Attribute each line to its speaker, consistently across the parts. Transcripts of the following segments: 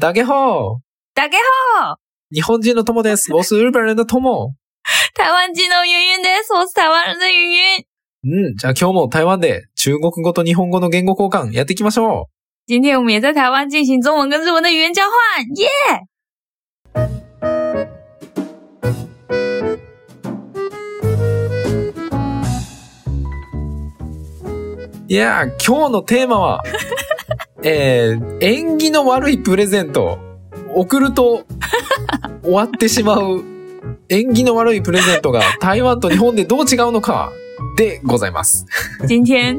Speaker 1: 大家好，
Speaker 2: 大家好，
Speaker 1: 日本人の友です。我是日本人的友。
Speaker 2: 台湾人の云云です。我是台湾人的云云。
Speaker 1: 嗯，じゃあ今日も台湾で中国語と日本語の言語交換やっていきましょ
Speaker 2: 今天我们也在台湾进行中文跟日文的语言交换，耶、
Speaker 1: う。いやー、今日のテーマ は、えー、縁起の悪いプレゼント。送ると終わってしまう縁起の悪いプレゼントが台湾と日本でどう違うのかでございます。
Speaker 2: 今天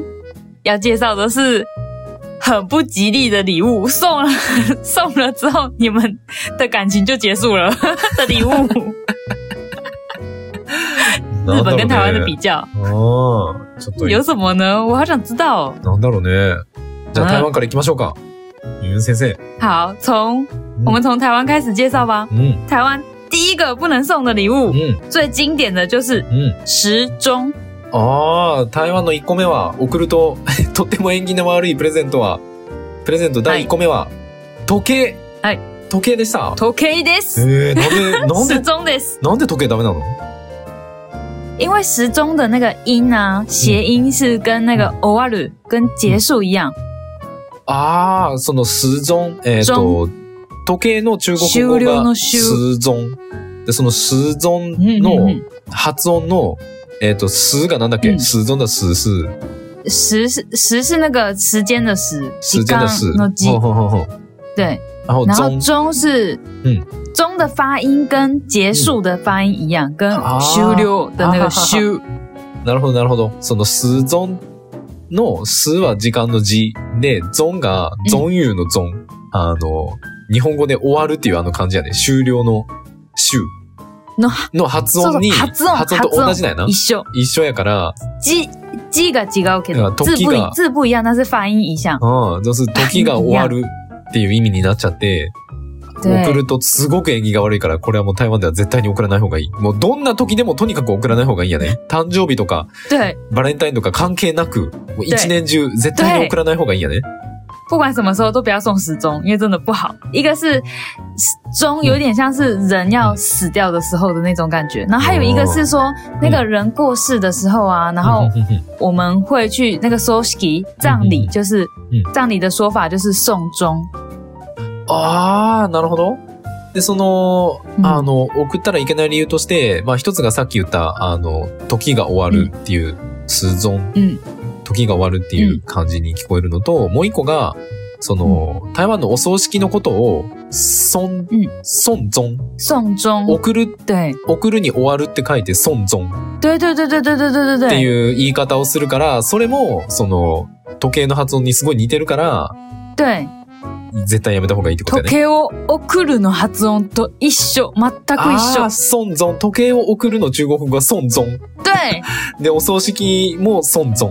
Speaker 2: 要介绍的是很不吉利的礼物，送了送了之后，你们的感情就结束了 的礼物。日本跟台湾的比较
Speaker 1: ああ、ちょっと
Speaker 2: 有什么呢？我好想知道哦。
Speaker 1: なんだろうね。じゃあ台湾から行きましょうか。ユン先生。
Speaker 2: 好，从我们从台湾开始介绍吧。
Speaker 1: うん、
Speaker 2: 台湾第一个不能送的礼
Speaker 1: う
Speaker 2: 物，
Speaker 1: ん、
Speaker 2: 最经典的就是
Speaker 1: うん。
Speaker 2: 时钟。
Speaker 1: ああ、台湾の1個目は、送ると、 とっても縁起の悪いプレゼントは、プレゼント第1個目は、時計。
Speaker 2: はい
Speaker 1: 時計でした。
Speaker 2: 時計です。
Speaker 1: えー、 なんで、なん
Speaker 2: 时
Speaker 1: で、
Speaker 2: 钟です。
Speaker 1: なんで時計ダメなの
Speaker 2: 因为时钟的那个音啊，谐音是跟那个 o r 跟结束一样，
Speaker 1: ああ、その、数尊、えっ、と、時計の中国
Speaker 2: 終
Speaker 1: 語
Speaker 2: 了
Speaker 1: が、
Speaker 2: の終
Speaker 1: 数尊。で、その数尊
Speaker 2: 嗯
Speaker 1: の
Speaker 2: 嗯
Speaker 1: 発音の、えっ、と、数がなんだっ
Speaker 2: う
Speaker 1: け
Speaker 2: ん
Speaker 1: 数尊だ、数数。
Speaker 2: 嗯时是时是那个时间的时，
Speaker 1: 時間だ数。
Speaker 2: 時間の時
Speaker 1: ほうほうほうほう
Speaker 2: 对，
Speaker 1: 然后
Speaker 2: 然后
Speaker 1: 尊。
Speaker 2: 钟是
Speaker 1: 嗯
Speaker 2: 钟的发音跟结束的发音一样，跟
Speaker 1: 啊
Speaker 2: 修溜的那
Speaker 1: 啊
Speaker 2: 个
Speaker 1: 哈哈
Speaker 2: 修
Speaker 1: なるほど、なるほど。その、数存の、数は時間の字で、存が、
Speaker 2: うん
Speaker 1: 存有の存。あの、日本語で終わるっていうあの漢字やね。終了の終
Speaker 2: の
Speaker 1: の発音に、
Speaker 2: そうそう発音
Speaker 1: 発音と
Speaker 2: 発音
Speaker 1: 同じなんやな
Speaker 2: 一。緒，
Speaker 1: 一緒やから、
Speaker 2: 鸡鸡が違うけど
Speaker 1: 嗯
Speaker 2: 字
Speaker 1: 時
Speaker 2: 不一
Speaker 1: が
Speaker 2: 字不一样，但是发音一样。
Speaker 1: うん、そうすると時が終わるっていう意味になっちゃって、
Speaker 2: 对
Speaker 1: 送るとすごく縁起が悪いから、これはもう台湾では絶対に送らない方がいい。もうどんな時でもとにかく送らない方がいいやね。誕生日とか、
Speaker 2: 对，
Speaker 1: バレンタインとか関係なく、もう一
Speaker 2: 对
Speaker 1: 年中絶対に送らない方がいいやね。
Speaker 2: 不管什么时候都不要送时钟，因为真的不好。一个是钟有点像是人要死掉的时候的那种感觉，然后还有一个是说那个人过世的时候啊，然后
Speaker 1: うんうんうん
Speaker 2: 我们会去那个 s o s k i 葬礼，就是
Speaker 1: 嗯
Speaker 2: 葬礼的说法就是送钟，
Speaker 1: ああ、なるほど。で、その、
Speaker 2: うん
Speaker 1: あの、送ったらいけない理由として、まあ一つがさっき言った、あの、時が終わるっていう、数存、
Speaker 2: うん
Speaker 1: 時が終わるっていう感じに聞こえるのと、もう一個が、その、台湾のお葬式のことを、孫、
Speaker 2: うん
Speaker 1: 孫存、
Speaker 2: 送钟，
Speaker 1: 送る、
Speaker 2: 对，
Speaker 1: 送るに終わるって書いて孫存
Speaker 2: 对对对对对对对对
Speaker 1: って
Speaker 2: 对
Speaker 1: いう言い方をするから、それも、その、時計の発音にすごい似てるから、
Speaker 2: 对，
Speaker 1: 絶対やめた方がいいってことだ
Speaker 2: 時
Speaker 1: ね。
Speaker 2: 計を送るの発音と一緒，全く一
Speaker 1: あ
Speaker 2: 緒
Speaker 1: あ、、孫存。時計を送るの中国語は孫存。
Speaker 2: 对
Speaker 1: で、お葬式も孫存。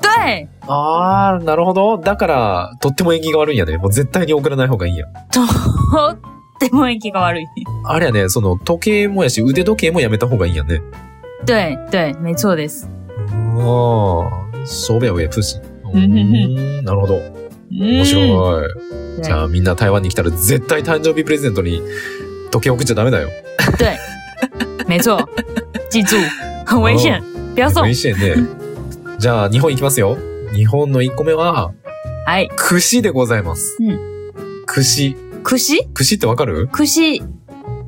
Speaker 2: 对。
Speaker 1: ああ、なるほど。だから、とっても縁起が悪いんやね。もう絶対に送らない方がいいんや。
Speaker 2: とっても縁起が悪い。
Speaker 1: あれやね、その、時計もやし、腕時計もやめた方がいいんやね。
Speaker 2: 对对，没错です。
Speaker 1: ああ、そうべやべ、プ シ。う
Speaker 2: うんうん
Speaker 1: ーん、なるほど。面白い。
Speaker 2: 对
Speaker 1: じゃあみんな台湾に来たら絶対誕生日プレゼントに時計送っちゃダメだよ。
Speaker 2: 没 错，记住，很危险，不要送
Speaker 1: 美。味しいね。じゃあ日本行きますよ。日本の1個目は、
Speaker 2: 哎，
Speaker 1: 串でございます。
Speaker 2: う
Speaker 1: 串。
Speaker 2: 可惜，
Speaker 1: 串ってわかる
Speaker 2: 可惜，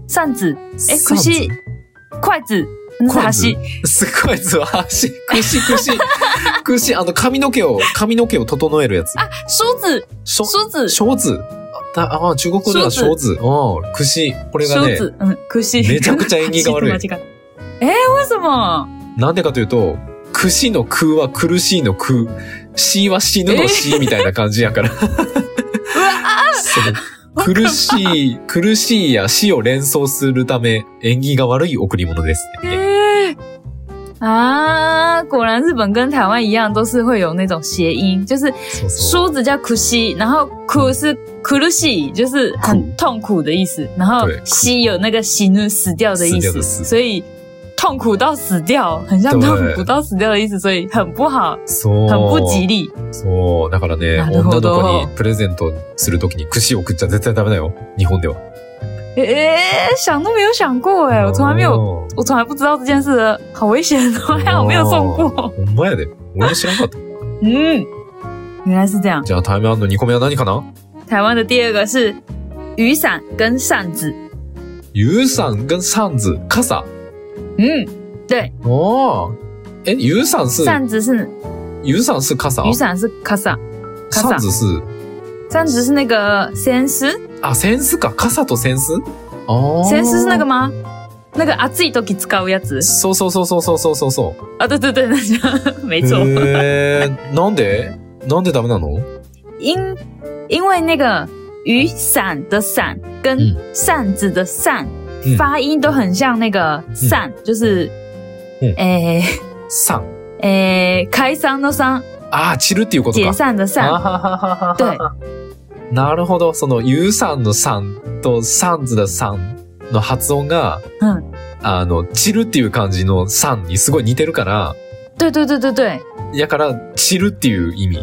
Speaker 2: 扇子、
Speaker 1: え
Speaker 2: 串筷子、
Speaker 1: 筷子
Speaker 2: 叉西，
Speaker 1: すごいぞ、足、串、 串。串、あの、髪の毛を、髪の毛を整えるやつ。
Speaker 2: 梳子、
Speaker 1: しょ、
Speaker 2: 梳子，
Speaker 1: ショーズ。あ、あ中国語ではシ
Speaker 2: シ
Speaker 1: ョ
Speaker 2: ョ
Speaker 1: ー
Speaker 2: ー
Speaker 1: ズ。うん、串。これが
Speaker 2: 梳
Speaker 1: ね、
Speaker 2: 子，嗯，可惜。
Speaker 1: めちゃくちゃ縁起が悪 い
Speaker 2: 箸と間違ええー、为什么？
Speaker 1: なんでかというと、串の空は苦しいの空。死は死ぬの死みたいな感じやから。その苦しい、苦しいや死を連想するため、縁起が悪い贈り物です。
Speaker 2: 哎啊，果然日本跟台湾一样，都是会有那种谐音，就是
Speaker 1: そうそう。
Speaker 2: 梳子叫苦西，然后苦是苦鲁西，就是很
Speaker 1: 苦
Speaker 2: 痛苦的意思。然后
Speaker 1: 对苦
Speaker 2: 西有那个死呢死掉的意
Speaker 1: 死掉
Speaker 2: 思
Speaker 1: 的，死
Speaker 2: 所以痛苦到死掉，很像
Speaker 1: 对哦
Speaker 2: 痛苦到死掉的意思，所以很不好，
Speaker 1: そう。
Speaker 2: 很不吉利。
Speaker 1: そう。だからね、
Speaker 2: な
Speaker 1: 女
Speaker 2: るほ
Speaker 1: の
Speaker 2: ど
Speaker 1: 子にプレゼントするときに串を食っちゃ絶対ダメだよ。日本では。
Speaker 2: 诶、想都没有想过
Speaker 1: 哦
Speaker 2: 诶、我从来没有，
Speaker 1: 有。
Speaker 2: 我从来不知道这件事的，好危险 哦！还好没有送过。
Speaker 1: ほんまやで。俺も知らんかった。
Speaker 2: 嗯，原来是这样。
Speaker 1: じゃあタイムアンド2個目は何かな
Speaker 2: 台湾的第二个是雨伞跟扇子。
Speaker 1: 雨伞跟扇子、傘。
Speaker 2: 嗯，对，
Speaker 1: 哦。え、雨伞是、
Speaker 2: 扇子是
Speaker 1: 雨伞是傘
Speaker 2: 雨伞是卡萨，傘
Speaker 1: 扇子是、
Speaker 2: 扇子是那个先师，
Speaker 1: あ、センスか。傘とセンスああ。
Speaker 2: 先师是那个吗？那个阿自己都给使うやつ
Speaker 1: そうそうそうそうそうそうそうそう。
Speaker 2: 啊，对对对，那就 没错。
Speaker 1: へー なんでなんでダメなの
Speaker 2: 因因为那个雨伞的伞跟
Speaker 1: 嗯
Speaker 2: 扇子的扇、
Speaker 1: 嗯
Speaker 2: 发音都很像那个扇，就是
Speaker 1: 嗯
Speaker 2: 诶
Speaker 1: 散。
Speaker 2: 诶、开山的山，
Speaker 1: ああ、散るっていうこと
Speaker 2: 解
Speaker 1: か。
Speaker 2: 散的散
Speaker 1: あ。はははは
Speaker 2: 对
Speaker 1: なるほど。その、ゆうさんのさんと、さんずださんの発音が、
Speaker 2: うん
Speaker 1: あの、散るっていう感じのさんにすごい似てるから、
Speaker 2: 对对对对对，
Speaker 1: やから、散るっていう意味。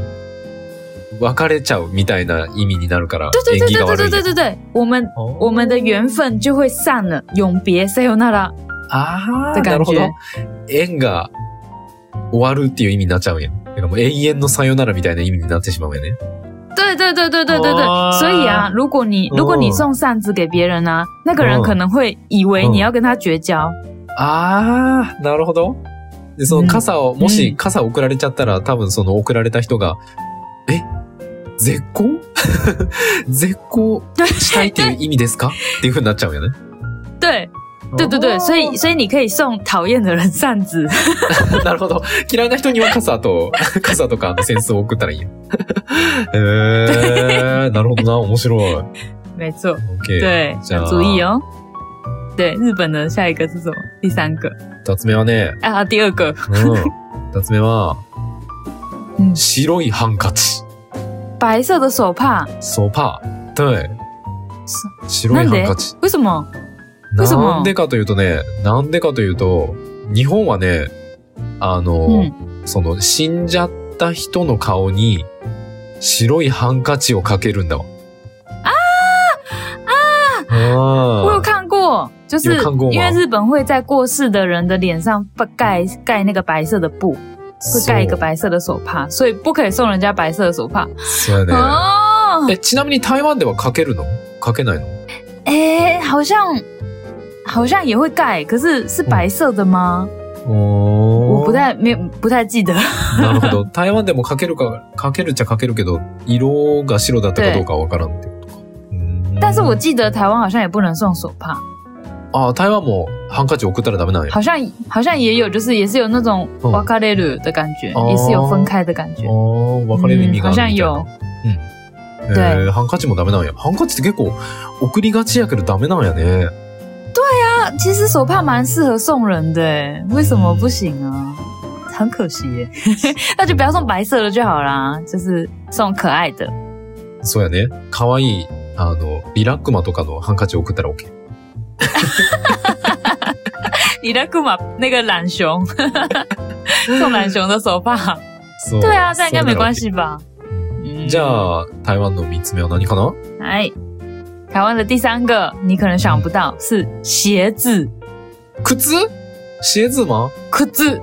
Speaker 1: 別れちゃうみたいな意味になるから、
Speaker 2: 对
Speaker 1: 縁
Speaker 2: 对
Speaker 1: 起
Speaker 2: 对
Speaker 1: が
Speaker 2: 对
Speaker 1: 悪
Speaker 2: 对
Speaker 1: いんや。
Speaker 2: 对对对，我们我
Speaker 1: お
Speaker 2: 们的缘分就会散了，永别 sayonara。
Speaker 1: あ
Speaker 2: って
Speaker 1: あ、
Speaker 2: 感じ
Speaker 1: なるほど。縁が終わるっていう意味になっちゃうんや。だからもう永遠のさよならみたいな意味になってしまうんやね。
Speaker 2: 对对对对对对对
Speaker 1: 哦，
Speaker 2: 所以啊，如果你
Speaker 1: 嗯
Speaker 2: 如果你送扇子给别人啊，那个人
Speaker 1: 嗯
Speaker 2: 可能会以为你要跟他绝交。
Speaker 1: ああ、なるほど。で、その傘を、も
Speaker 2: う
Speaker 1: し
Speaker 2: ん
Speaker 1: 傘送られちゃったら、多分その送られた人が、え絶好 絶好したいっていう意味ですかっていう風になっちゃうんよね。
Speaker 2: 对对对
Speaker 1: 哦
Speaker 2: 对，所以所以你可以送讨厌的人扇子。
Speaker 1: あー なるほど。嫌いな人には傘と、 傘とかのセンスを送ったらいいよ。えー、なるほどな。面白い。オッ
Speaker 2: 没错，
Speaker 1: ケー。
Speaker 2: 对，
Speaker 1: 这样
Speaker 2: 要注意哦。对，日本的下一个是什么？第三个
Speaker 1: 二つ目はね、
Speaker 2: 啊，第二
Speaker 1: う
Speaker 2: 个
Speaker 1: ん。二つ目は
Speaker 2: う、ん
Speaker 1: 白いハンカチ。
Speaker 2: 白色的手帕，
Speaker 1: ソパー。对。白
Speaker 2: ないん
Speaker 1: ハ
Speaker 2: で
Speaker 1: ンカチ。
Speaker 2: 为什么？为什么
Speaker 1: なんでかというとね、なんでかというと、日本はね、あ
Speaker 2: う
Speaker 1: の
Speaker 2: ん、
Speaker 1: その、死んじゃった人の顔に、白いハンカチをかけるんだわ。ああ
Speaker 2: 我有看过，就是
Speaker 1: 嗯有看过吗
Speaker 2: 因为日本会在过世的人的脸上盖盖那个白色的布，会盖一个白色的手帕，所以不可以送人家白色的手帕。
Speaker 1: そうそうやね。
Speaker 2: 哦，
Speaker 1: え、ちなみに台湾ではかけるのかけないの
Speaker 2: 哎、好像好像也会盖，可是是白色的吗？我
Speaker 1: お
Speaker 2: 不太没有不太记得。
Speaker 1: なるほど。台湾でもかけるか、かけるっちゃかけるけど、色が白だったかどうかはわからんってことか。う ーん
Speaker 2: 但是我记得台湾好像也不能送手帕，
Speaker 1: あ、台湾もハンカチ送ったらダメなんや。
Speaker 2: 好像好像也有，就是也是有那种
Speaker 1: 嗯
Speaker 2: w a k a r e r 的感觉，
Speaker 1: 哦
Speaker 2: 也是有分开的感觉。嗯
Speaker 1: ああ、分かれる意味があるみたいな。
Speaker 2: うん好
Speaker 1: うん。
Speaker 2: 有
Speaker 1: えーハンカチもダメなんや。ハンカチって結構送りがちやけどダメなんやね。
Speaker 2: 啊其实手帕蛮适合送人的耶，为什么不行啊？很可惜耶， 那就不要送白色的就好啦，就是送可爱的。
Speaker 1: そうやね。可愛いあの、リラックマとかのハンカチ送ったら OK。
Speaker 2: 你的库玛那个懒熊， 送懒熊的手帕，
Speaker 1: そう。
Speaker 2: 对啊，这样应该没关
Speaker 1: そう
Speaker 2: 系吧？
Speaker 1: やな
Speaker 2: 嗯
Speaker 1: じゃあ、台湾の三つ目は何かな
Speaker 2: 哎，台湾的第三个你可能想不到是鞋子，
Speaker 1: 靴シェズマ
Speaker 2: 靴子，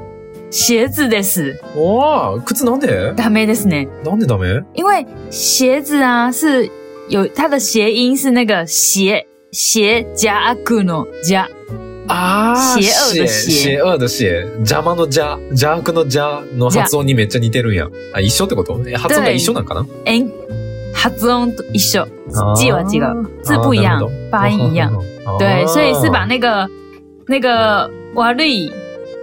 Speaker 2: 鞋子的是
Speaker 1: おー、靴なんで
Speaker 2: ダメですね，
Speaker 1: なんでダメ
Speaker 2: 因为鞋子啊是有它的谐音是那个鞋鞋加阿库诺加，
Speaker 1: ああ、
Speaker 2: 邪恶
Speaker 1: 邪
Speaker 2: 的邪
Speaker 1: 邪恶的邪。邪魔の邪。邪悪の邪の発音にめっちゃ似てるんや。あ、一緒ってことえ発音が一緒なんかな
Speaker 2: 哎，発音都一緒，字は違う，字不一
Speaker 1: あーな
Speaker 2: 样
Speaker 1: るほ，
Speaker 2: 发音一样。。
Speaker 1: 哦
Speaker 2: 对，所以是把
Speaker 1: 那
Speaker 2: 那个那个瓦力，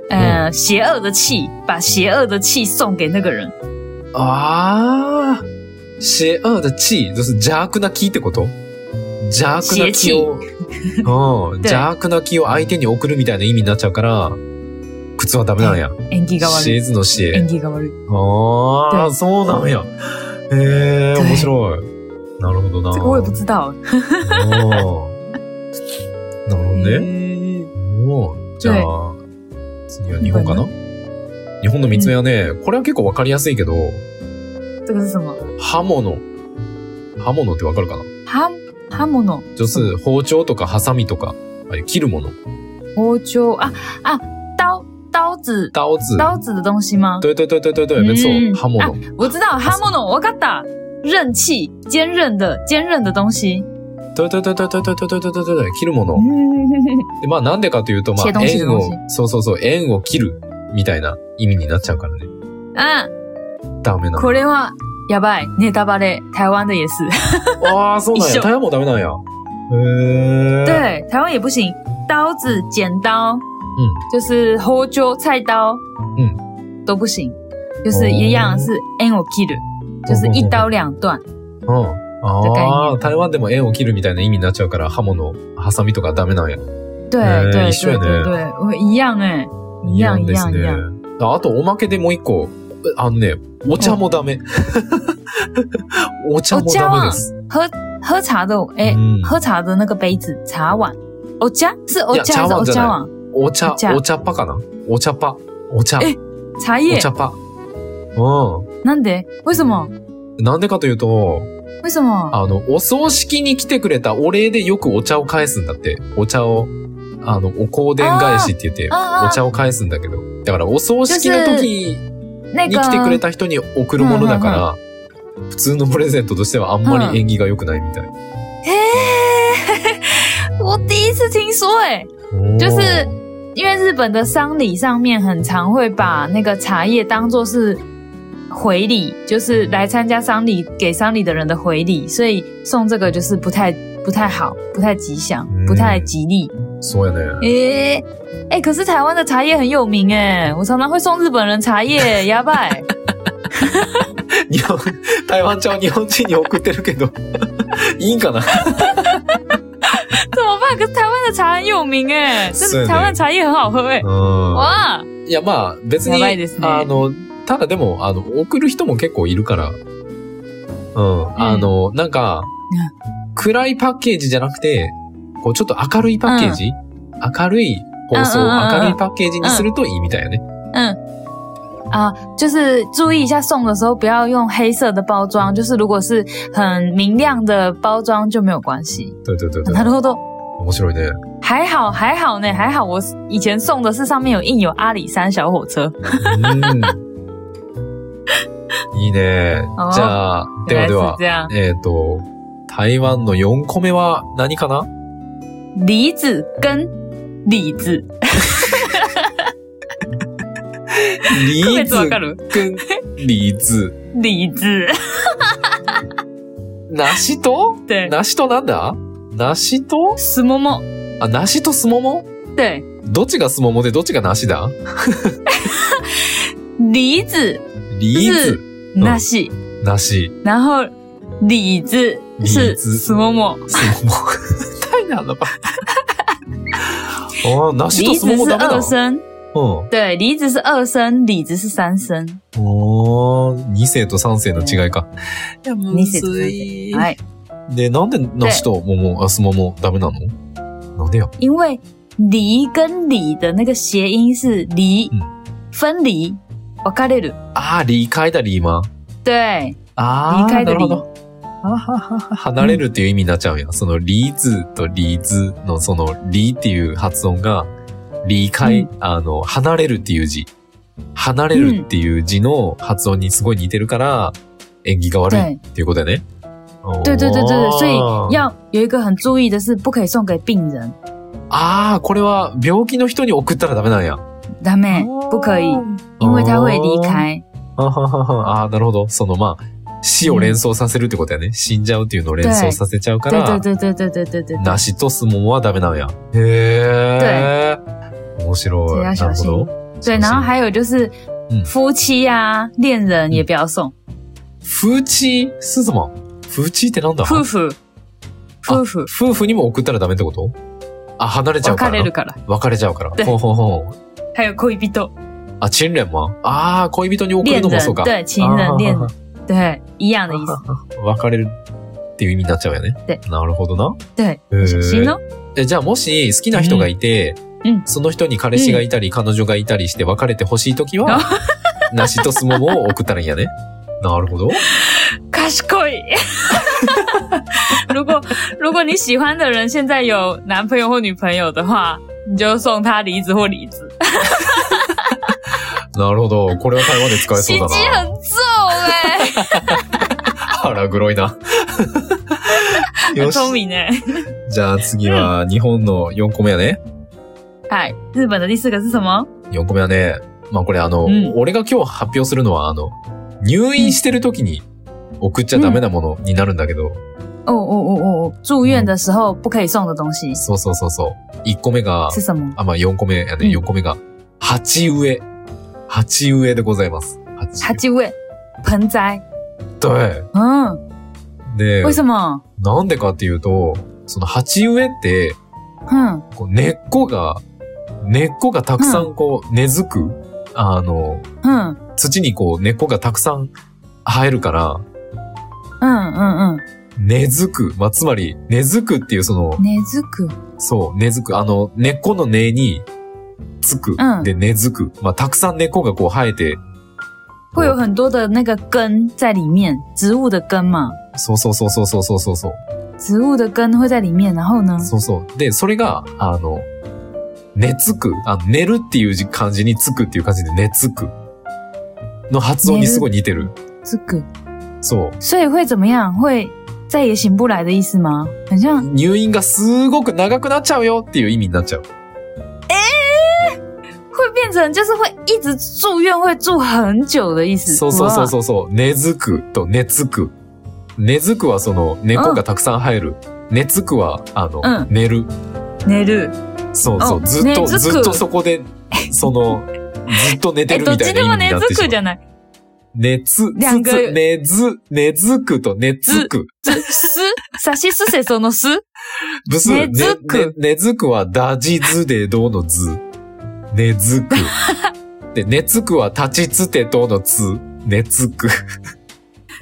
Speaker 2: 呃，邪恶的气，把邪恶的气送给那个人。
Speaker 1: ああ、邪恶的气、就是邪悪な気ってこと邪悪な気を、うん、
Speaker 2: 对
Speaker 1: 邪悪な気を相手に送るみたいな意味になっちゃうから、靴はダメなんや。
Speaker 2: 演技が
Speaker 1: シェ
Speaker 2: 悪い。
Speaker 1: ーズのシェ
Speaker 2: 演技が悪い。
Speaker 1: 哦ああ、
Speaker 2: 对
Speaker 1: そうなんや。へえ、
Speaker 2: 对
Speaker 1: 面白い。なるほどな。
Speaker 2: 这个我也不知
Speaker 1: お
Speaker 2: 道。
Speaker 1: ーなるほどね。
Speaker 2: 嗯
Speaker 1: おーじゃあ、次は日本かな日本の三つ目はね、これは結構わかりやすいけど、
Speaker 2: 这个是什么？
Speaker 1: 刃物。刃物ってわかるかな
Speaker 2: 哈哈姆诺，
Speaker 1: 就是包丁とかハサミとか、ああいう切るもの。
Speaker 2: 我就啊啊刀刀子
Speaker 1: 刀子。
Speaker 2: 刀子的东西吗？
Speaker 1: 对对对对对对，没错
Speaker 2: 嗯，
Speaker 1: 刃物。
Speaker 2: 我知道哈姆诺，我嘎达刃器，坚韧的坚韧的东西。
Speaker 1: 对对对对对对对对对对对、切るも
Speaker 2: 哦
Speaker 1: の。でまあなんでかというと、ま
Speaker 2: 切
Speaker 1: あ
Speaker 2: 东西
Speaker 1: 円
Speaker 2: 切
Speaker 1: を
Speaker 2: 东、
Speaker 1: そうそうそう、円を切るみたいな意味になっちゃうからね。
Speaker 2: 嗯，
Speaker 1: ダメな
Speaker 2: こ
Speaker 1: の。
Speaker 2: れはやばいネタバレ，台湾的也是，
Speaker 1: ああ、そうなん
Speaker 2: 一
Speaker 1: や。
Speaker 2: 緒
Speaker 1: 台湾もダメなんや。へえ。
Speaker 2: 对，台湾也不行。刀子、剪刀，
Speaker 1: う
Speaker 2: 就是包椒、菜刀，
Speaker 1: 嗯，
Speaker 2: 都不行，就是一样是 n o kill，就是一刀两断。
Speaker 1: ん。うん。ああ、台湾でも円を切るみたいな意味になっちゃうから、刃物、ハサミとかダメなんや。
Speaker 2: 对
Speaker 1: 哎
Speaker 2: 对
Speaker 1: 一緒
Speaker 2: 对
Speaker 1: やね
Speaker 2: 对对，我一样哎，一样一
Speaker 1: です
Speaker 2: 样
Speaker 1: ね
Speaker 2: 一样。。
Speaker 1: ああと、おまけでもう一個。あのね、お茶もダメ。お茶もダメです。
Speaker 2: 喝喝茶的哎
Speaker 1: 嗯，
Speaker 2: 喝茶的那个杯子、茶碗，欧家是欧
Speaker 1: 呀
Speaker 2: 家还
Speaker 1: 茶
Speaker 2: 是
Speaker 1: 碗
Speaker 2: 欧
Speaker 1: 真的
Speaker 2: 家碗？
Speaker 1: お茶
Speaker 2: お、茶
Speaker 1: お茶っぱかなお茶っぱ。お茶、
Speaker 2: え茶
Speaker 1: お
Speaker 2: 叶？
Speaker 1: 哦茶っぱ。う
Speaker 2: なんで？为什么？
Speaker 1: ん。なんでかというと、
Speaker 2: 为什么？
Speaker 1: あの、お葬式に来てくれたお礼でよくお茶を返すんだって。お茶を、あの、お香典返しって言って、
Speaker 2: あー
Speaker 1: お茶を返すんだけど。だから、お葬式の時
Speaker 2: 那
Speaker 1: に来てくれ
Speaker 2: 个
Speaker 1: た人に贈るものだから、普通のプレゼントとしてはあんまり縁起が良くないみたい。
Speaker 2: 我第一次听说哎、就是因为日本的丧礼上面很常会把那个茶叶当做是回礼，就是来参加丧礼给丧礼的人的回礼，所以送这个就是不太不太好，不太吉祥，不太
Speaker 1: 嗯
Speaker 2: 吉利。
Speaker 1: そうやね。
Speaker 2: 诶、诶、可是台湾的茶叶很有名诶、我常常会送日本人 茶叶，哑巴、
Speaker 1: 日本、台湾茶を日本人に送ってるけど、 いいんかな
Speaker 2: 怎么办？可是台湾的茶很有名诶、
Speaker 1: 是
Speaker 2: 真
Speaker 1: 呢
Speaker 2: 的台湾茶叶很好喝诶、
Speaker 1: う
Speaker 2: 哇，
Speaker 1: ん。いや、まあ、別
Speaker 2: や
Speaker 1: に、
Speaker 2: ばいですね
Speaker 1: あの、ただでも、あの、送る人も結構いるから、うん。あの、なんか、暗いパッケージじゃなくて、こう、ちょっと明るいパッケージ、明るい包装、
Speaker 2: うんうんうんうん
Speaker 1: 明るいパッケージにするといいみたいやね。
Speaker 2: 嗯，啊，就是注意一下送的时候不要用黑色的包装，就是如果是很明亮的包装就没有关系。
Speaker 1: 对对对对
Speaker 2: な。るほど，
Speaker 1: 面白いね。
Speaker 2: 还好还好呢，还好我以前送的是上面有印有阿里山小火车。
Speaker 1: うん。いいね。
Speaker 2: あー
Speaker 1: じゃあ、ではで
Speaker 2: 原来
Speaker 1: は
Speaker 2: 是这。样，
Speaker 1: えっ、と、台湾の4個目は何かな
Speaker 2: 梨子跟李子，
Speaker 1: リー
Speaker 2: 特別わ
Speaker 1: ズ
Speaker 2: かる？
Speaker 1: くん、リーズ。
Speaker 2: 李子，
Speaker 1: 梨と
Speaker 2: 对，
Speaker 1: 梨となんだ梨と
Speaker 2: すもも，
Speaker 1: あ、梨とすもも
Speaker 2: 对，
Speaker 1: どっちがすももでどっちが梨だ
Speaker 2: 梨子
Speaker 1: リーズ。
Speaker 2: 那是，
Speaker 1: 梨。
Speaker 2: 然后李子
Speaker 1: 李
Speaker 2: 是
Speaker 1: 子
Speaker 2: すもも，
Speaker 1: すもも。 太难了吧。あー梨と
Speaker 2: 梨
Speaker 1: すも
Speaker 2: 子
Speaker 1: も
Speaker 2: 是
Speaker 1: ダメだ
Speaker 2: 二。声。
Speaker 1: うん。
Speaker 2: 对，梨子是二声，李子是三声。
Speaker 1: おー、2世と3世の違いか。いや、む
Speaker 2: 二世と三世
Speaker 1: ずい。
Speaker 2: 哎，
Speaker 1: で、なんで梨ともも、あ、すももダメなのなんでや
Speaker 2: 因为梨跟李的那个谐音是离，
Speaker 1: 嗯
Speaker 2: 分离，我卡列鲁。
Speaker 1: あー、離開だ、リーマン。
Speaker 2: 对，
Speaker 1: あ
Speaker 2: 離
Speaker 1: あ、
Speaker 2: 開
Speaker 1: な
Speaker 2: 的
Speaker 1: るほど。あははは離れるっていう意味になっちゃうんや。その、リーズとリーズのその、リーっていう発音が、離開、
Speaker 2: う
Speaker 1: あの、離れるっていう字。離れるっていう字の発音にすごい似てるから、縁起が悪いっ
Speaker 2: 对，
Speaker 1: ていうことだよね。
Speaker 2: 对对对对对，所
Speaker 1: おー
Speaker 2: 以要有一个很注意的是，不可以送给病人，
Speaker 1: ああ、これは病気の人に送ったらダメなんや。
Speaker 2: ダメ，不可以，因为他会离开。
Speaker 1: あはははあー、なるほど。その、まあ、死を連想させるってことやね。死んじゃうっていうのを連想させちゃうか
Speaker 2: 对
Speaker 1: ら。
Speaker 2: 对对对对对对对，
Speaker 1: 梨とすももはダメなんや。へえ。面白い。
Speaker 2: それ
Speaker 1: な
Speaker 2: は小
Speaker 1: るほ
Speaker 2: 心
Speaker 1: ど。
Speaker 2: 对，然后还有就是
Speaker 1: 嗯
Speaker 2: 夫妻啊、恋人也不要送，
Speaker 1: 風痴、すずま。風痴ってなんだ
Speaker 2: 夫婦，夫妇，
Speaker 1: 夫婦にも送ったらダメってことあ、離れちゃうか
Speaker 2: 別れ
Speaker 1: ら
Speaker 2: る
Speaker 1: な。
Speaker 2: から。
Speaker 1: 別れちゃうから。
Speaker 2: 对
Speaker 1: ほうほうほう。
Speaker 2: 还有恋人、
Speaker 1: あ、チンレンマああ、恋人に送る
Speaker 2: 恋
Speaker 1: のもそ
Speaker 2: 人
Speaker 1: うか。
Speaker 2: 对情
Speaker 1: あ
Speaker 2: 人
Speaker 1: ー
Speaker 2: 恋人对一样的意思。
Speaker 1: 別れるっていう意味になっちゃうよね
Speaker 2: 对。
Speaker 1: なるほどな。へ
Speaker 2: 对，
Speaker 1: ー
Speaker 2: 小心哦。
Speaker 1: えじゃあもし好きな人がいて、
Speaker 2: うん
Speaker 1: その人に彼氏がいたり、彼女がいたりして別れてほしいときは、梨とすももを送ったらいいん やね。なるほど。
Speaker 2: 賢い。 如果如果你喜欢的人现在有男朋友或女朋友的话，你就送他梨子或李子。
Speaker 1: なるほど。これは台湾で使え
Speaker 2: 心
Speaker 1: そう
Speaker 2: 机
Speaker 1: だな。
Speaker 2: 很重哎、
Speaker 1: 腹黒いな。
Speaker 2: 很
Speaker 1: よし。
Speaker 2: 聪明哎、
Speaker 1: じゃあ次は日本の4個目やね。
Speaker 2: 嗨，哎日本的第四个是什么？
Speaker 1: 4個目はね、まあこれあの、
Speaker 2: うん
Speaker 1: 俺が今日発表するのはあの、入院してる時に送っちゃダメなものになるんだけど、
Speaker 2: 哦哦哦哦，住院的时候不可以送的东西
Speaker 1: そうそうそうそう。1個目が、
Speaker 2: 是什么？
Speaker 1: あ、まあ4個目やね、
Speaker 2: うん
Speaker 1: 4個目が、鉢植え。鉢植えでございます。鉢
Speaker 2: 茶几位、盆栽。
Speaker 1: 植
Speaker 2: 嗯，
Speaker 1: え。で
Speaker 2: 为、什么？
Speaker 1: なんでかっていうと、その鉢植えって、
Speaker 2: 嗯
Speaker 1: こう根っこが、根っこがたくさんこう根付く、あの、
Speaker 2: 嗯
Speaker 1: 土にこう根っこがたくさん生えるから、
Speaker 2: 嗯嗯嗯，
Speaker 1: 根付く。まあ、つまり、根付くっていうその、
Speaker 2: 根子骨。
Speaker 1: そう、根付く。あの、根っこの根に、つく
Speaker 2: う。ん
Speaker 1: で、根付く。まあ、たくさん根っこがこう生えて、
Speaker 2: 会有很多的那个根在里面，植物的根嘛，
Speaker 1: そうそうそうそうそうそうそうそう。
Speaker 2: 植物的根会在里面。然后呢？
Speaker 1: そうそう。で、それが、あの、寝つく。あ寝るっていう字漢字につくっていう感じで寝つく。の発音にすごい似てる。
Speaker 2: 这个，
Speaker 1: そう。
Speaker 2: 所以会怎么样？会再也醒不来的意思吗？很像
Speaker 1: 入院がすごく長くなっちゃうよっていう意味になっちゃう。
Speaker 2: 会变成就是会一直住院，会住很久的意思。
Speaker 1: そうそうそう
Speaker 2: 哇
Speaker 1: そうそう。根付くと根付く。根付くはその根っこがたくさん生える。根付くは、あの、
Speaker 2: うん
Speaker 1: 寝る。
Speaker 2: 寝る。
Speaker 1: そうそう。
Speaker 2: あ
Speaker 1: ずっと、
Speaker 2: 根付く
Speaker 1: ずっとそこ で、その、ずっと寝て
Speaker 2: 哎，
Speaker 1: る
Speaker 2: どっ
Speaker 1: みた
Speaker 2: ち
Speaker 1: いな
Speaker 2: で
Speaker 1: 意
Speaker 2: も
Speaker 1: 味に
Speaker 2: 寝
Speaker 1: なって
Speaker 2: つ
Speaker 1: し
Speaker 2: く
Speaker 1: ま
Speaker 2: じ
Speaker 1: う
Speaker 2: ゃ。ない。
Speaker 1: 寝つ、
Speaker 2: 两
Speaker 1: つ
Speaker 2: 个
Speaker 1: つ、寝ず、寝付くと寝つく。
Speaker 2: 这す、さしすせそのす。
Speaker 1: ブス、
Speaker 2: 根付く
Speaker 1: ねね根付くはダジズでどうのず。根付く。 で、根付くは立ちつてどうのつ。根付く。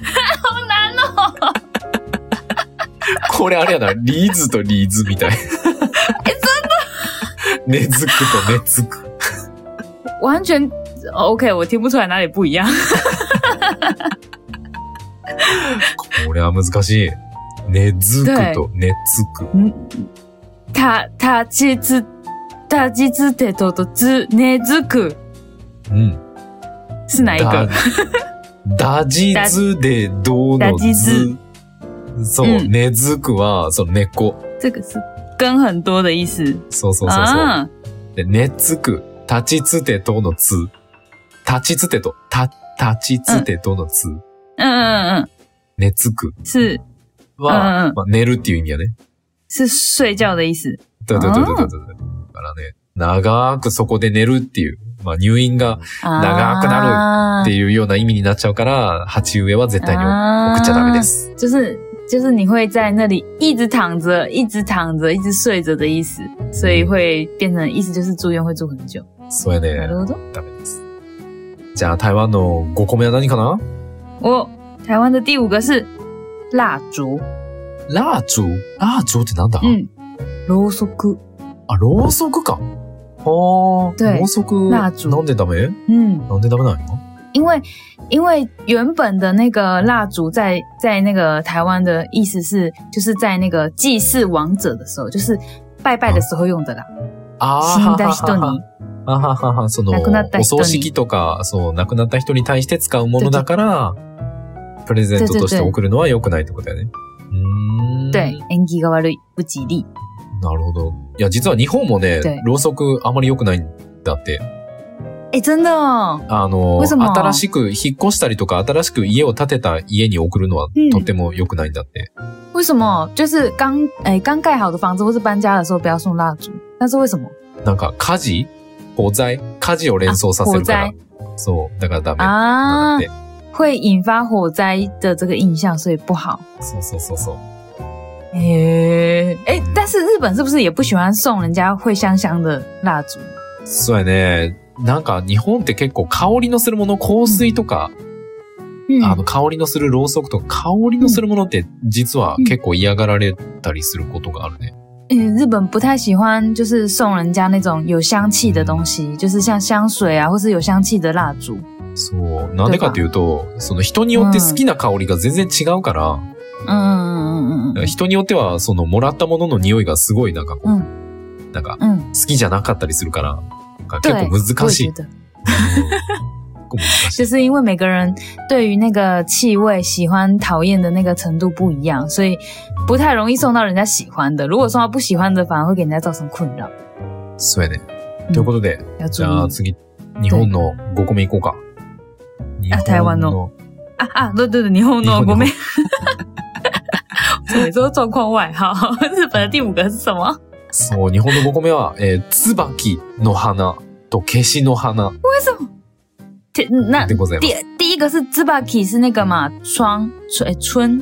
Speaker 1: これあれやな、リーズとリーズみた い。え、そんな 根付くと根付く。
Speaker 2: 完全 OK，我听不出来哪里不一样。
Speaker 1: これは難しい。根付くと根付く。
Speaker 2: 嗯，他他其实他其实得多的之寝ずく
Speaker 1: うん。
Speaker 2: 是哪一
Speaker 1: ダ
Speaker 2: 个？
Speaker 1: ダジズでどうの
Speaker 2: ダジ
Speaker 1: ず
Speaker 2: ズ。
Speaker 1: そう
Speaker 2: う、ん
Speaker 1: 根付くは、その根っこ。
Speaker 2: 这个是根很多的意思。
Speaker 1: そうそうそうそう。
Speaker 2: 啊，
Speaker 1: で、寝つく、立ちつてとのつ。立ちつてと、た、立ちつてとのつ。
Speaker 2: 嗯嗯嗯
Speaker 1: 寝つく
Speaker 2: 嗯，是
Speaker 1: は、
Speaker 2: うんうん
Speaker 1: まあ、寝るっていう意味やね。
Speaker 2: 是睡觉的意思。
Speaker 1: だだだだだだだ。だからね、長くそこで寝るっていう、まあ入院が長く
Speaker 2: 啊
Speaker 1: っていうような意味になっちゃうから、鉢植えは絶対に送っちゃダメで
Speaker 2: 啊
Speaker 1: す。
Speaker 2: 就是就是你会在那里一直躺着，一直躺着，一直睡着的意思，所以会变成意思就是住院会住很久。
Speaker 1: そうや
Speaker 2: な
Speaker 1: ね
Speaker 2: る。ほど。
Speaker 1: ダメです。じゃあ台湾の5個目は何かな
Speaker 2: 我台湾的第五个是蜡烛，
Speaker 1: ラーチュラーチュってなんだ、
Speaker 2: 嗯，ろうそく，
Speaker 1: あ、ろうそくか。はあ、
Speaker 2: 对
Speaker 1: ろうそく、
Speaker 2: 蜡烛
Speaker 1: なんでダメ
Speaker 2: 嗯，
Speaker 1: なんでダメなの
Speaker 2: 因为因为原本的那个蜡烛在在那个台湾的意思是，就是在那个祭祀亡者的时候，就是拜拜的时候用的啦。
Speaker 1: あ
Speaker 2: 死んだ人に。
Speaker 1: あははは、その、
Speaker 2: 亡くなった人
Speaker 1: お葬
Speaker 2: に
Speaker 1: 式とか、そう、亡くなった人に対して使うものだから、プレゼントとして送るのは良くないってことだよね。うーん。
Speaker 2: 对。縁起が悪い、不吉利。
Speaker 1: なるほど。いや、実は日本もね
Speaker 2: 对、
Speaker 1: ろうそくあまり良くないんだって。
Speaker 2: 哎，真的哦，
Speaker 1: あの、
Speaker 2: 为什么
Speaker 1: 新しく引っ越したりとか、新しく家を建てた家に送るのは
Speaker 2: うん
Speaker 1: とっても良くないんだって。
Speaker 2: 为什么？就是刚哎刚盖好的房子或是搬家的时候不要送蜡烛，那是为什么？
Speaker 1: なんか、火事火災火事を連想させるから
Speaker 2: あ。
Speaker 1: そう、だからダメな
Speaker 2: 啊
Speaker 1: んだって。
Speaker 2: 会引发火灾的这个印象，所以不好。
Speaker 1: そうそうそうそう。
Speaker 2: 诶、诶，哎但是日本是不是也不喜欢送人家会香香的蜡烛？
Speaker 1: そうやね。なんか、日本って結構香りのするもの、香水とか、
Speaker 2: 嗯
Speaker 1: あの、香りのするろうそくとか、香りのするものって、実は結構嫌がられたりすることがあるね。
Speaker 2: 嗯，日本不太喜欢就是送人家那种有香气的东西，就是像香水啊あ、或是有香气的蜡烛。
Speaker 1: そう。なんでかっていうと、その人によって好きな香りが全然違うから、
Speaker 2: 嗯嗯嗯嗯
Speaker 1: なんか人によっては、その、もらったものの匂いがすごい、なんかこう、
Speaker 2: う
Speaker 1: なんか、
Speaker 2: 嗯
Speaker 1: 好きじゃなかったりするから、なんか結
Speaker 2: 对，
Speaker 1: 構
Speaker 2: 我
Speaker 1: 難
Speaker 2: 也
Speaker 1: しい。
Speaker 2: 觉
Speaker 1: うん結
Speaker 2: 得，
Speaker 1: 構難し
Speaker 2: 就
Speaker 1: い。
Speaker 2: 是因为每个人对于那个气味喜欢、讨厌的那个程度不一样，所以不太容易送到人家喜欢的。如果送到不喜欢的，反而会给人家造成困扰。
Speaker 1: そうやね。ということで、
Speaker 2: 要
Speaker 1: じ
Speaker 2: 注
Speaker 1: ゃあ
Speaker 2: 意
Speaker 1: 次、日本の5個目いこうか。日本
Speaker 2: 台湾の。啊啊！对对对，你后
Speaker 1: 你后你
Speaker 2: 诺国
Speaker 1: 后
Speaker 2: 妹，每周状况外。好， 日本的第五个是什么？
Speaker 1: そう、日本の5個目は、えー、椿の花とケシの花
Speaker 2: 这那
Speaker 1: でございま
Speaker 2: 第
Speaker 1: す。
Speaker 2: 第一个是 zubaki 是那个嘛，窗春哎春，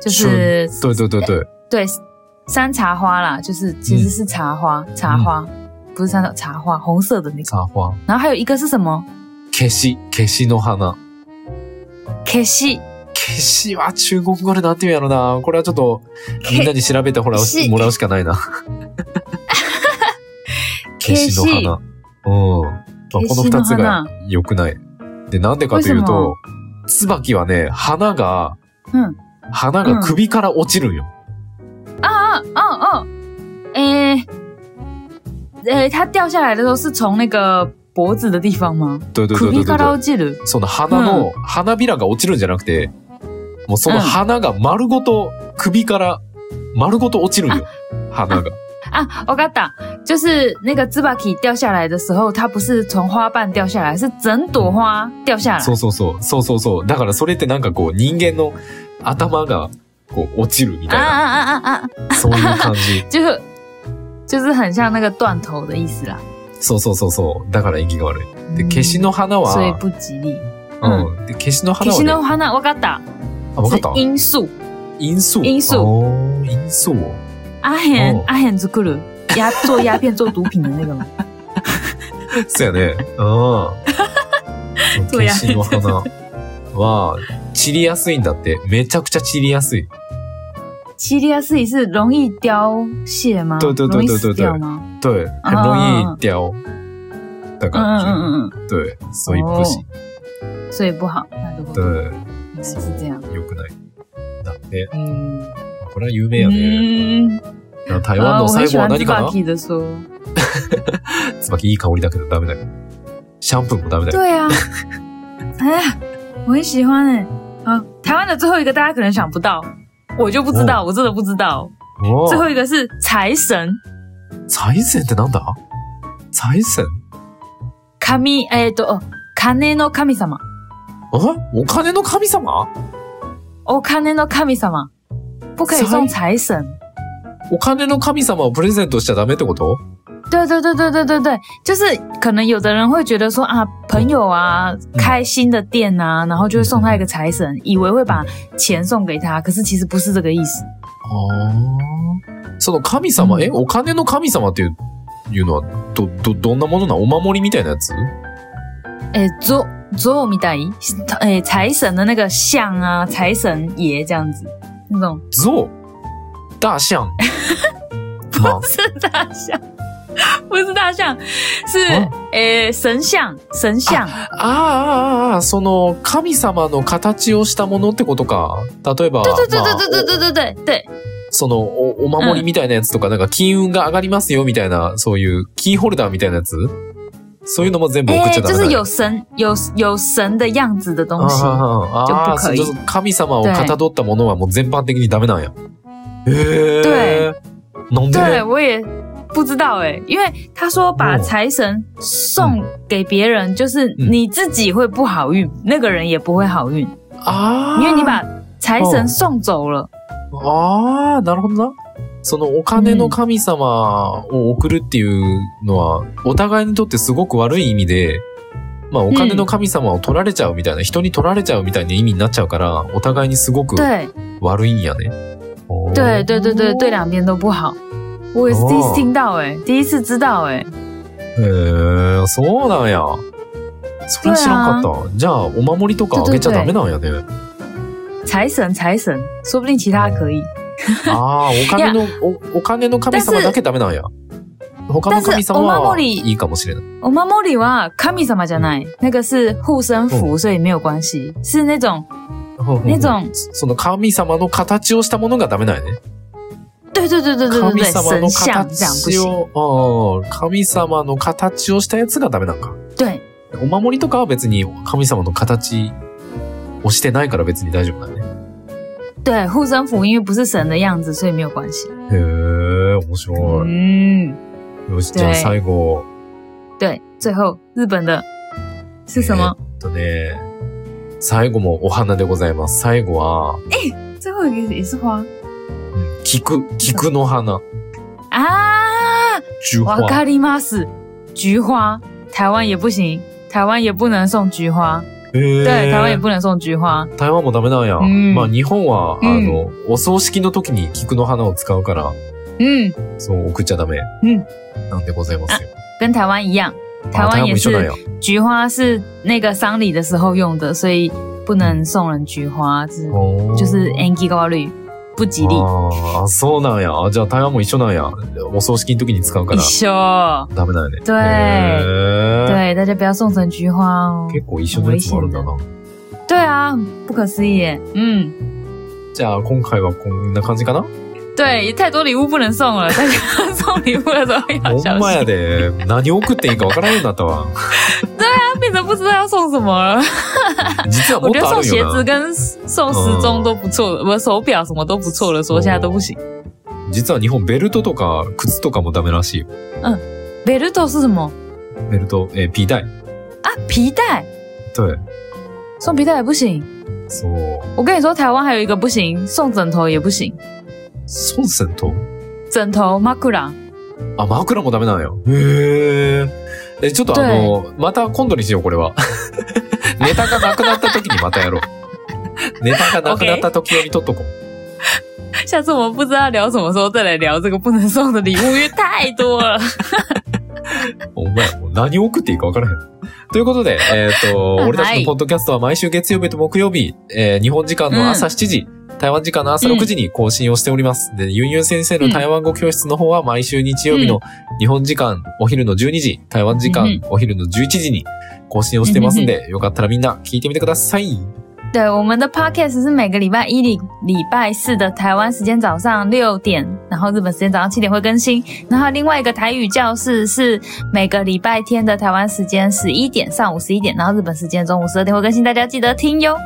Speaker 2: 就是
Speaker 1: 对对对对。
Speaker 2: 对山茶花啦，就是其实是茶花，茶花不是山茶茶花，红色的那个。
Speaker 1: 茶花。
Speaker 2: 然后还有一个是什么？
Speaker 1: ケシ、ケシの花。
Speaker 2: k 西
Speaker 1: ケシは中国語でなんて言うんやろな。これはちょっと、みんな
Speaker 2: k
Speaker 1: に調べてほら
Speaker 2: し
Speaker 1: もらうしか ないな。ケシの花。うん。まあこの
Speaker 2: ケシの
Speaker 1: 二つ
Speaker 2: 花
Speaker 1: が良くない。で、なんでかという
Speaker 2: これ
Speaker 1: と、椿はね、花が、
Speaker 2: うん
Speaker 1: 花が首から落ちるんよ。
Speaker 2: 啊哦哦，哎哎，它掉下来的时候是从那个脖子的地方吗？
Speaker 1: どいどいどいど
Speaker 2: 首
Speaker 1: いど
Speaker 2: か
Speaker 1: い
Speaker 2: ら落ちる。
Speaker 1: その花の、花びらが落ちるんじゃなくて、もうその花が丸ごと、首から丸ごと落ちるんよ。花が。
Speaker 2: 啊，我嘎达，就是那个 zubaki 掉下来的时候，它不是从花瓣掉下来，是整朵花掉下来
Speaker 1: そ。うそうそう。そうそうそう。だからそれってなんかこう人間の頭がこう落ちるみ
Speaker 2: 啊
Speaker 1: たいな、
Speaker 2: 啊啊啊啊！。
Speaker 1: そういう感じ
Speaker 2: 就是就是很像那个断头的意思啦。
Speaker 1: そうそうそうそう。だから縁起が悪い。で、
Speaker 2: 嗯
Speaker 1: 消しの花
Speaker 2: 所以
Speaker 1: は、
Speaker 2: 不吉利。
Speaker 1: うん。で、消しの花は、
Speaker 2: 消し
Speaker 1: ね、
Speaker 2: の花，我嘎达
Speaker 1: あ、わかっ
Speaker 2: 是
Speaker 1: た
Speaker 2: 因素。
Speaker 1: 因素。
Speaker 2: 因素
Speaker 1: おー因素。，
Speaker 2: 阿hen
Speaker 1: 哦
Speaker 2: 阿hen 是个人鸦做鸦片做毒品的那个吗？
Speaker 1: そうやね。うん。 消
Speaker 2: そうや
Speaker 1: しの花は、散りやすいんだって。めちゃくちゃ散りやすい。
Speaker 2: 西利亚斯也是容易凋谢吗？
Speaker 1: 对对对
Speaker 2: 容易
Speaker 1: 对
Speaker 2: 死
Speaker 1: 对对
Speaker 2: 掉吗？
Speaker 1: 对，很容易掉的
Speaker 2: 嗯
Speaker 1: 感
Speaker 2: 嗯
Speaker 1: 觉。
Speaker 2: 嗯嗯
Speaker 1: 对，所以不行。
Speaker 2: 嗯，所以不好。那如果
Speaker 1: 对，
Speaker 2: 原来是这样。
Speaker 1: 良くない。だって、
Speaker 2: 嗯
Speaker 1: これは有名やね。
Speaker 2: 嗯。
Speaker 1: な台湾
Speaker 2: 啊，
Speaker 1: の
Speaker 2: 我
Speaker 1: 最
Speaker 2: 很喜
Speaker 1: 後は
Speaker 2: 欢
Speaker 1: 何かな
Speaker 2: Zubaki 的说，
Speaker 1: 椿いい香りだけどダメだよ。シャンプーもダメだよ。
Speaker 2: 对啊，哎呀，我很喜欢哎、好，台湾的最后一个大家可能想不到，我就不知道，我真的不知道。
Speaker 1: お
Speaker 2: 最
Speaker 1: ぉ、
Speaker 2: 后一个是财神
Speaker 1: 財前ってなんだ財前
Speaker 2: 神えっと哦金の神様，
Speaker 1: あお金の神様
Speaker 2: 哦金の神様，不可以送财神。
Speaker 1: お金の神様をプレゼントしちゃダメってこと
Speaker 2: 对对对对对对对，就是可能有的人会觉得说啊，朋友啊，开新的店啊，然后就会送他一个财神，以为会把钱送给他，可是其实不是这个意思。
Speaker 1: あーその神様、
Speaker 2: うん
Speaker 1: え、お金の神様っていう、いうのは、ど、ど、どんなものなのお守りみたいなやつ
Speaker 2: 诶，左左米大姨，诶，财神的那个像啊，财神爷这样子，那种
Speaker 1: ゾウ大 象马
Speaker 2: 不是大象，不是大象，是
Speaker 1: 哦啊
Speaker 2: 诶神像，神像，
Speaker 1: ああああ、その神様の形をしたものってことか。例えば、
Speaker 2: 对对
Speaker 1: まあ
Speaker 2: 对对对对对对对，
Speaker 1: そのおお守りみたいなやつとか、なんか金運が上がりますよみたいな、そういうキーホルダーみたいなやつそういうのも全部送っ
Speaker 2: 诶
Speaker 1: ちゃダ
Speaker 2: 就
Speaker 1: メだ
Speaker 2: 是
Speaker 1: ね。
Speaker 2: 有神有有神的样子的
Speaker 1: あ
Speaker 2: 东西，
Speaker 1: あ
Speaker 2: ちょっ
Speaker 1: ああ
Speaker 2: と可
Speaker 1: そ
Speaker 2: 以
Speaker 1: う神様をかたどったものはもう全般的にダメなんや。へえ。なんで
Speaker 2: 对我也不知道诶，因为他说把
Speaker 1: 哦
Speaker 2: 财神送给别人，就是
Speaker 1: 嗯
Speaker 2: 你自己会不好运，那个人也不会好运，
Speaker 1: ああ。
Speaker 2: 因为你把财
Speaker 1: 哦
Speaker 2: 神送走了。
Speaker 1: ああ、なるほどな。そのお金の神様を送るっていうのは、お互いにとってすごく悪い意味で、まあお金の神様を取られちゃうみたいな、人に取られちゃうみたいな意味になっちゃうから、お互いにすごく
Speaker 2: 对
Speaker 1: 悪いんやね。おー
Speaker 2: 对对对对对，两边都不好。我也是第一次听到哎、第一次知道哎、
Speaker 1: へーそうなんや。それは知らんかった。じゃあ、お守りとかあげちゃダメなんやね。
Speaker 2: 财神财神，说不定其他可以。
Speaker 1: ああ、お金の、お、お金の神様だけダメなんや。他の神様
Speaker 2: 但是お
Speaker 1: は
Speaker 2: 守り
Speaker 1: いいかもしれない。
Speaker 2: 我哦妈莫里は神様じゃない，那个是护身符，所以没有关系。是那种那种，
Speaker 1: その神様の形をしたものがダメなんやね。
Speaker 2: 对对对对对对
Speaker 1: 神
Speaker 2: 对，
Speaker 1: 様の
Speaker 2: 神像这样不
Speaker 1: 形
Speaker 2: 行。
Speaker 1: を、ああ神様の形をしたやつがダメなんか。
Speaker 2: 对
Speaker 1: お守りとかは別に神様の形をしてないから別に大丈夫だね。
Speaker 2: 对，护身符因为不是神的样子，所以没有关系。
Speaker 1: へえ、面白い。
Speaker 2: 嗯，
Speaker 1: よし、じゃあ
Speaker 2: で
Speaker 1: 最後。
Speaker 2: 对，最后日本的是什么？
Speaker 1: えーっとね、最後もお花でございます。最後は、
Speaker 2: 最后一个也是花
Speaker 1: うん菊、菊の花、
Speaker 2: 啊！
Speaker 1: 菊
Speaker 2: 哇
Speaker 1: 花。
Speaker 2: 咖喱玛斯，菊花，台湾也不行，台湾也不能送菊花，
Speaker 1: えー
Speaker 2: 对，台湾也不能送菊花，
Speaker 1: 台湾もダメなんや。
Speaker 2: うん
Speaker 1: まあ日本は、
Speaker 2: うん
Speaker 1: あの、お葬式の時に菊の花を使うから、
Speaker 2: 嗯，
Speaker 1: そう送っちゃダメ。
Speaker 2: うん
Speaker 1: なんでございますよ。
Speaker 2: 跟台湾一样，
Speaker 1: あ
Speaker 2: 台湾
Speaker 1: 哦台湾
Speaker 2: 也
Speaker 1: も一緒なん
Speaker 2: 是
Speaker 1: や。
Speaker 2: 菊花是那个丧礼的时候用的，所以不能送人菊花，就是
Speaker 1: おー
Speaker 2: 就是 angi 高率不吉利。
Speaker 1: 哦ああ、そうなんや。あじゃあ台湾も一緒なんや。お葬式の時に使うか
Speaker 2: 一
Speaker 1: ら
Speaker 2: 緒，
Speaker 1: ダメなんやね。
Speaker 2: 对
Speaker 1: へー
Speaker 2: 对，大家不要送成菊花哦。
Speaker 1: 結構一緒のやつもあるんだな。
Speaker 2: 对啊，不可思议耶。嗯，
Speaker 1: じゃあ今回はこんな感じかな
Speaker 2: 对，也太多礼物不能送了，大家 送礼物的时候要
Speaker 1: ほ
Speaker 2: 小
Speaker 1: んま
Speaker 2: 心
Speaker 1: や。 で。何送っていいかわからんようになったわ。
Speaker 2: 他变成不知道要送什么了。
Speaker 1: 実はも
Speaker 2: 我
Speaker 1: っ
Speaker 2: 觉得
Speaker 1: とあ
Speaker 2: 送
Speaker 1: る
Speaker 2: 鞋
Speaker 1: よ
Speaker 2: 子
Speaker 1: な。
Speaker 2: 跟送时钟都不错的，不、手表什么都不错的，说现在都不行。
Speaker 1: 実は日本ベルトとか靴とかもダメらしいよ。
Speaker 2: ベルト是什么
Speaker 1: ベルト、えー、ピータイ。
Speaker 2: 啊？皮带，
Speaker 1: 对。
Speaker 2: 送皮带也不行。
Speaker 1: そう。
Speaker 2: 我跟你说，台湾还有一个不行，送枕头也不行。
Speaker 1: ソンセント
Speaker 2: 枕头 makura，
Speaker 1: あ、枕もダメなのよ。へえ。え、ちょっとあの、また今度にしよう、これは。ネタがなくなった時にまたやろう。ネタがなくなった時用に撮っとこう。
Speaker 2: 下次我们不知道聊什么时候再来聊这个不能送的礼物，因为太多了。
Speaker 1: お前、もう何を送っていいか分からへん。ということで、えっ、と、
Speaker 2: はい
Speaker 1: 俺たちのポッドキャストは毎週月曜日と木曜日、えー日本時間の朝
Speaker 2: う
Speaker 1: 7時、台湾時間の朝6時に更新をしております。で、ユンユン先生の台湾語教室の方は毎週日曜日の日本時間お昼の12時、台湾時
Speaker 2: う
Speaker 1: 間
Speaker 2: ん
Speaker 1: お昼の11時に更新をしてますんで、よかったらみんな聞いてみてください。
Speaker 2: 对，我们的 podcast 是每个礼拜一、礼礼拜四的台湾时间早上六点，然后日本时间早上七点会更新。然后另外一个台语教室是每个礼拜天的台湾时间十一点，上午十一点，然后日本时间中午十二点会更新，大家记得听哟。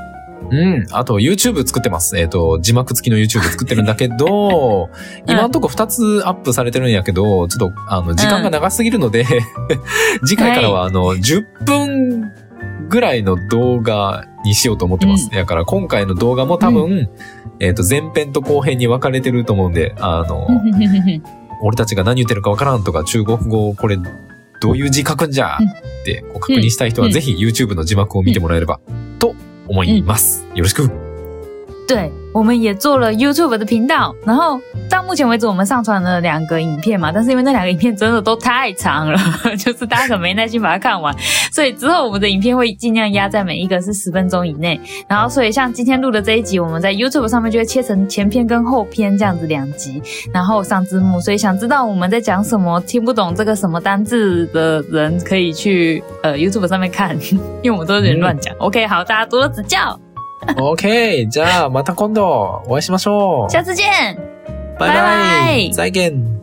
Speaker 1: うん。あと、YouTube 作ってます。えっ、と、字幕付きの YouTube 作ってるんだけ ど、今んとこ2つアップされてるんやけど、ちょっと、あの、時間が長すぎるので、 次回からは、あの、10分ぐらいの動画にしようと思ってます。だから、今回の動画も多分、えっ、と、前編と後編に分かれてると思うんで、あの、俺たちが何言ってるかわからんとか、中国語、これ、どういう字書くんじゃ
Speaker 2: うん
Speaker 1: って、こう確認したい人は、
Speaker 2: うん
Speaker 1: ぜひ YouTube の字幕を見てもらえれば、と思います。よろしく。
Speaker 2: 对，我们也做了 YouTube 的频道，然后到目前为止我们上传了两个影片嘛，但是因为那两个影片真的都太长了， 就是大家可能没耐心把它看完，所以之后我们的影片会尽量压在每一个是十分钟以内，然后所以像今天录的这一集，我们在 YouTube 上面就会切成前篇跟后篇这样子两集，然后上字幕，所以想知道我们在讲什么，听不懂这个什么单字的人可以去呃 YouTube 上面看， 因为我们都有点乱讲。OK，好，大家多多指教，
Speaker 1: OK，じゃあまた今度お会いしましょう。
Speaker 2: 下次见。
Speaker 1: バイバイ。
Speaker 2: バイバイ
Speaker 1: 再現。